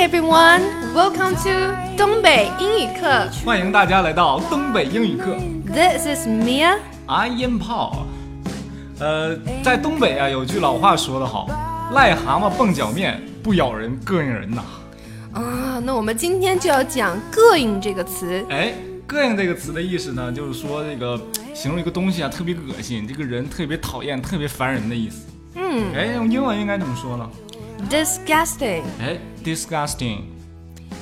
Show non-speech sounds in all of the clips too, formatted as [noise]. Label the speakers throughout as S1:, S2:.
S1: everyone, welcome to 东北英语课。
S2: 欢迎大家来到东北英语课
S1: This is Mia。
S2: ，I am Paul。呃，在东北啊，有句老话说得好，癞蛤蟆蹦脚面，不咬人膈应人呐。
S1: 啊，那我们今天就要讲“膈应”这个词。
S2: [laughs] 哎，膈应这个词的意思呢，就是说这个形容一个东西啊特别恶心，这个人特别讨厌，特别烦人的意思。
S1: 嗯
S2: 哎，用英文应该怎么说呢？
S1: ，disgusting。
S2: 哎，disgusting。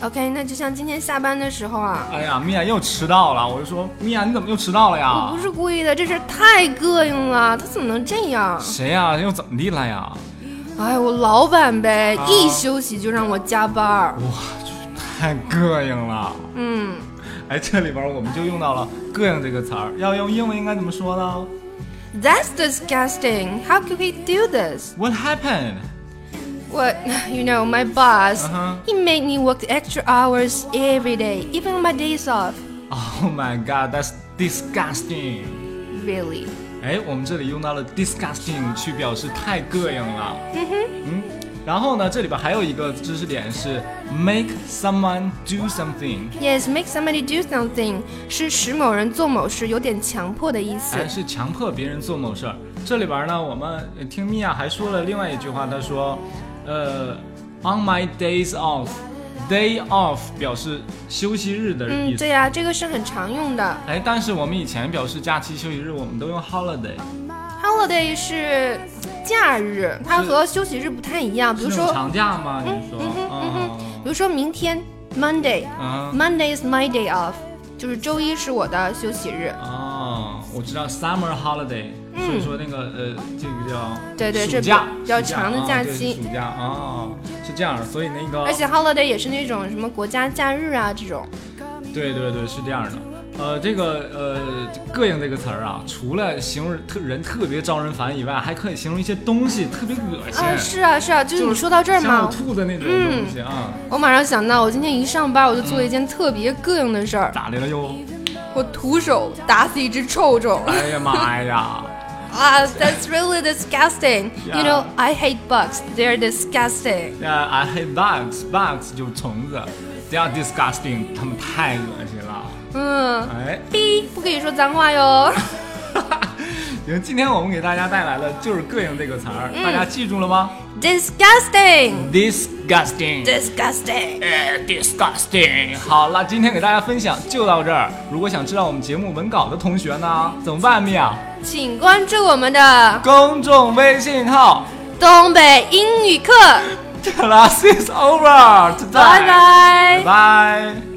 S1: OK，那就像今天下班的时候啊，
S2: 哎呀，米娅又迟到了，我就说米娅你怎么又迟到了呀？
S1: 不是故意的，这事儿太膈应了，他怎么能这样？
S2: 谁呀、又怎么地了呀？
S1: 哎，我老板呗，
S2: 啊
S1: 一休息就让我加班儿。
S2: 哇，这太膈应了。
S1: 嗯
S2: 哎，这里边儿我们就用到了“膈应”这个词儿，要用英文应该怎么说呢
S1: ，That's disgusting. How could he do this?
S2: ？What happened？
S1: What [laughs] you know, my boss.
S2: Uh-huh.
S1: He made me work extra hours every day, even on my days off.
S2: Oh my god, that's disgusting！
S1: Really?
S2: 哎，我们这里用到了 disgusting 去表示太膈应了。嗯哼，嗯。然后呢，这里边还有一个知识点是 make someone do something，
S1: Yes, make somebody do something 是使某人做某事，有点强迫的意思
S2: 哎，。是强迫别人做某事儿。这里边儿呢，我们呃听米娅还说了另外一句话，她说，呃，on my days off，day off 表示休息日的
S1: 嗯，
S2: 意思。
S1: 对呀、这个是很常用的。
S2: 哎，但是我们以前表示假期休息日，我们都用 holiday，
S1: Holiday 是假日，它
S2: 是
S1: 和休息日不太一样。比
S2: 是
S1: 如
S2: 那种
S1: 说，
S2: 长假吗？你说
S1: 嗯哼嗯
S2: 啊
S1: 哼，嗯比如说明天 Monday，Monday、
S2: 啊
S1: Monday is my day off，就是周一是我的休息日。
S2: 啊！我知道 summer holiday，所以说那个呃，这个叫
S1: 嗯对对
S2: 暑
S1: 这
S2: 假
S1: 比较
S2: 暑假
S1: 长的
S2: 啊
S1: 假
S2: 对是
S1: 期
S2: 暑假啊，是这样，所以那个
S1: 而且 holiday 也是那种什么国家假日啊这种。
S2: 对对对，是这样的。呃，这个呃“膈应”这个词儿啊，除了形容特人特别招人烦以外，还可以形容一些东西特别恶心。
S1: 啊，是啊，是啊，就是
S2: 就
S1: 你
S2: 是
S1: 说到这儿
S2: 像
S1: 嘛嗯
S2: 我，吐的那种东西啊，
S1: 我马上想到，我今天一上班我就做了一件特别膈应的事儿，
S2: 咋的了又？
S1: 我徒手打死一只臭虫。
S2: 哎呀妈呀！
S1: 啊，That's really [laughs] disgusting. You know, I hate bugs. They're disgusting.
S2: 那 I hate 哎 bugs, bugs 就是虫子，they are disgusting，它们太恶心了。
S1: 嗯，
S2: 哎， [laughs]
S1: 哔，不可以说脏话哟。 [laughs]
S2: 行，今天我们给大家带来的就是“膈应”这个词儿，大家记住了吗
S1: Disgusting,
S2: ？Disgusting。
S1: disgusting.
S2: 哎，disgusting！好了，今天给大家分享就到这儿。如果想知道我们节目文稿的同学呢，怎么办呀？
S1: 请关注我们的
S2: 公众微信号
S1: 东北英语课，
S2: “Class is over”，
S1: 拜
S2: 拜拜。
S1: 拜。
S2: 拜